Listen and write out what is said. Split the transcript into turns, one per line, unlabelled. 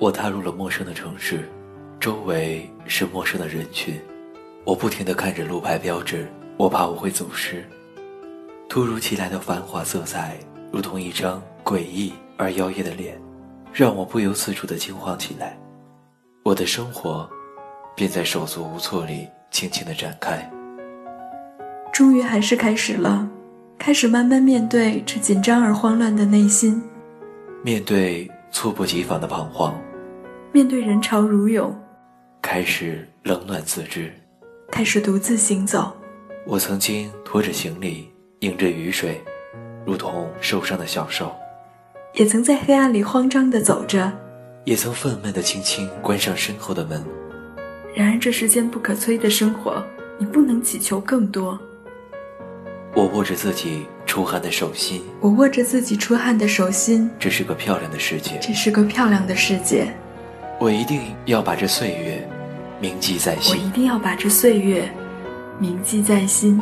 我踏入了陌生的城市，周围是陌生的人群，我不停地看着路牌标志，我怕我会走失。突如其来的繁华色彩，如同一张诡异而妖艳的脸，让我不由自主地惊慌起来。我的生活，便在手足无措里轻轻地展开。
终于还是开始了，开始慢慢面对这紧张而慌乱的内心，
面对猝不及防的彷徨，
面对人潮如涌，
开始冷暖自知。
开始独自行走。
我曾经拖着行李，迎着雨水，如同受伤的小兽；
也曾在黑暗里慌张地走着，
也曾愤懑地轻轻关上身后的门。
然而这世间不可摧的生活，你不能祈求更多。
我握着自己出汗的手心，
我握着自己出汗的手心，
这是个漂亮的世界。
这是个漂亮的世界。
我一定要把这岁月铭记在
我
心。
一定要把这岁月铭记在心。